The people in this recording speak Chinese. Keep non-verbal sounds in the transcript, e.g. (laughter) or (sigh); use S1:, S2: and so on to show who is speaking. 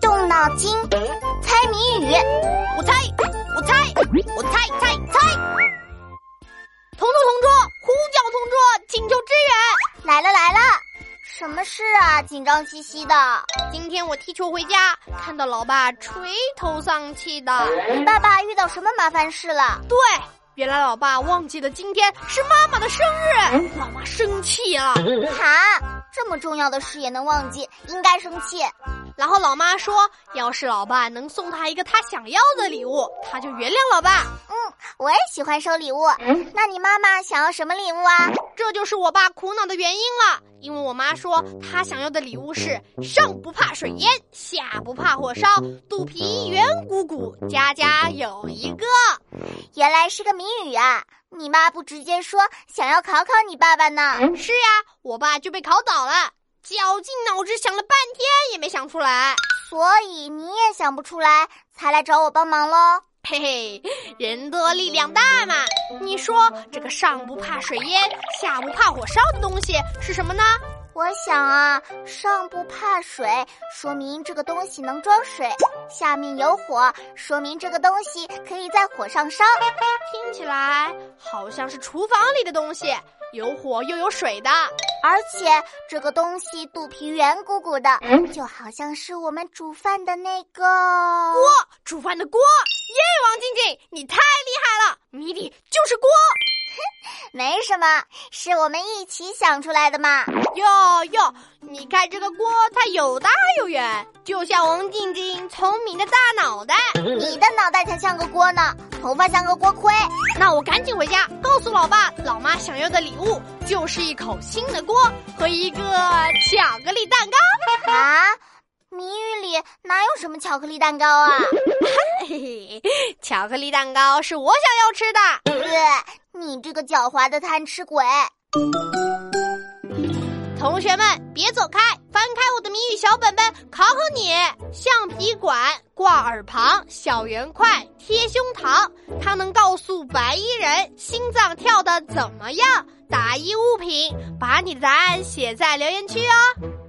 S1: 动脑筋，猜谜语。
S2: 我猜，我猜，我猜猜猜。同桌同桌，呼叫同桌，请求支援。
S1: 来了来了，什么事啊？紧张兮兮的。
S2: 今天我踢球回家，看到老爸垂头丧气的。
S1: 你爸爸遇到什么麻烦事了？
S2: 对，原来老爸忘记了今天是妈妈的生日，老妈生气了。
S1: 哈，这么重要的事也能忘记，应该生气。
S2: 然后老妈说，要是老爸能送她一个她想要的礼物，她就原谅老爸。
S1: 嗯，我也喜欢收礼物。那你妈妈想要什么礼物啊？
S2: 这就是我爸苦恼的原因了，因为我妈说她想要的礼物是上不怕水淹，下不怕火烧，肚皮圆鼓鼓，家家有一个。
S1: 原来是个谜语啊！你妈不直接说想要考考你爸爸呢？
S2: 是呀、啊，我爸就被考倒了，绞尽脑汁想了半天也没想出来，
S1: 所以你也想不出来，才来找我帮忙喽。
S2: 嘿嘿，人多力量大嘛！你说这个上不怕水淹，下不怕火烧的东西是什么呢？
S1: 我想啊，上不怕水，说明这个东西能装水；下面有火，说明这个东西可以在火上烧。
S2: 听起来好像是厨房里的东西，有火又有水的。
S1: 而且这个东西肚皮圆鼓鼓的，就好像是我们煮饭的那个
S2: 锅，煮饭的锅。耶，王静静，你太厉害了！谜底就是锅，
S1: 没什么，是我们一起想出来的嘛。
S2: 哟哟，你看这个锅，它有大有圆，就像王静静聪明的大脑袋。
S1: 你的脑袋才像个锅呢，头发像个锅盔。
S2: 那我赶紧回家，告诉老爸、老妈想要的礼物就是一口新的锅和一个巧克力蛋糕。
S1: 啊，谜语里哪有什么巧克力蛋糕啊？
S2: 嘿嘿， (laughs) 巧克力蛋糕是我想要吃的。
S1: 呃、你这个狡猾的贪吃鬼！
S2: 同学们，别走开，翻开我的谜语小本本，考考你：橡皮管挂耳旁，小圆块贴胸膛，它能告诉白衣人心脏跳的怎么样？答一物品，把你的答案写在留言区哦。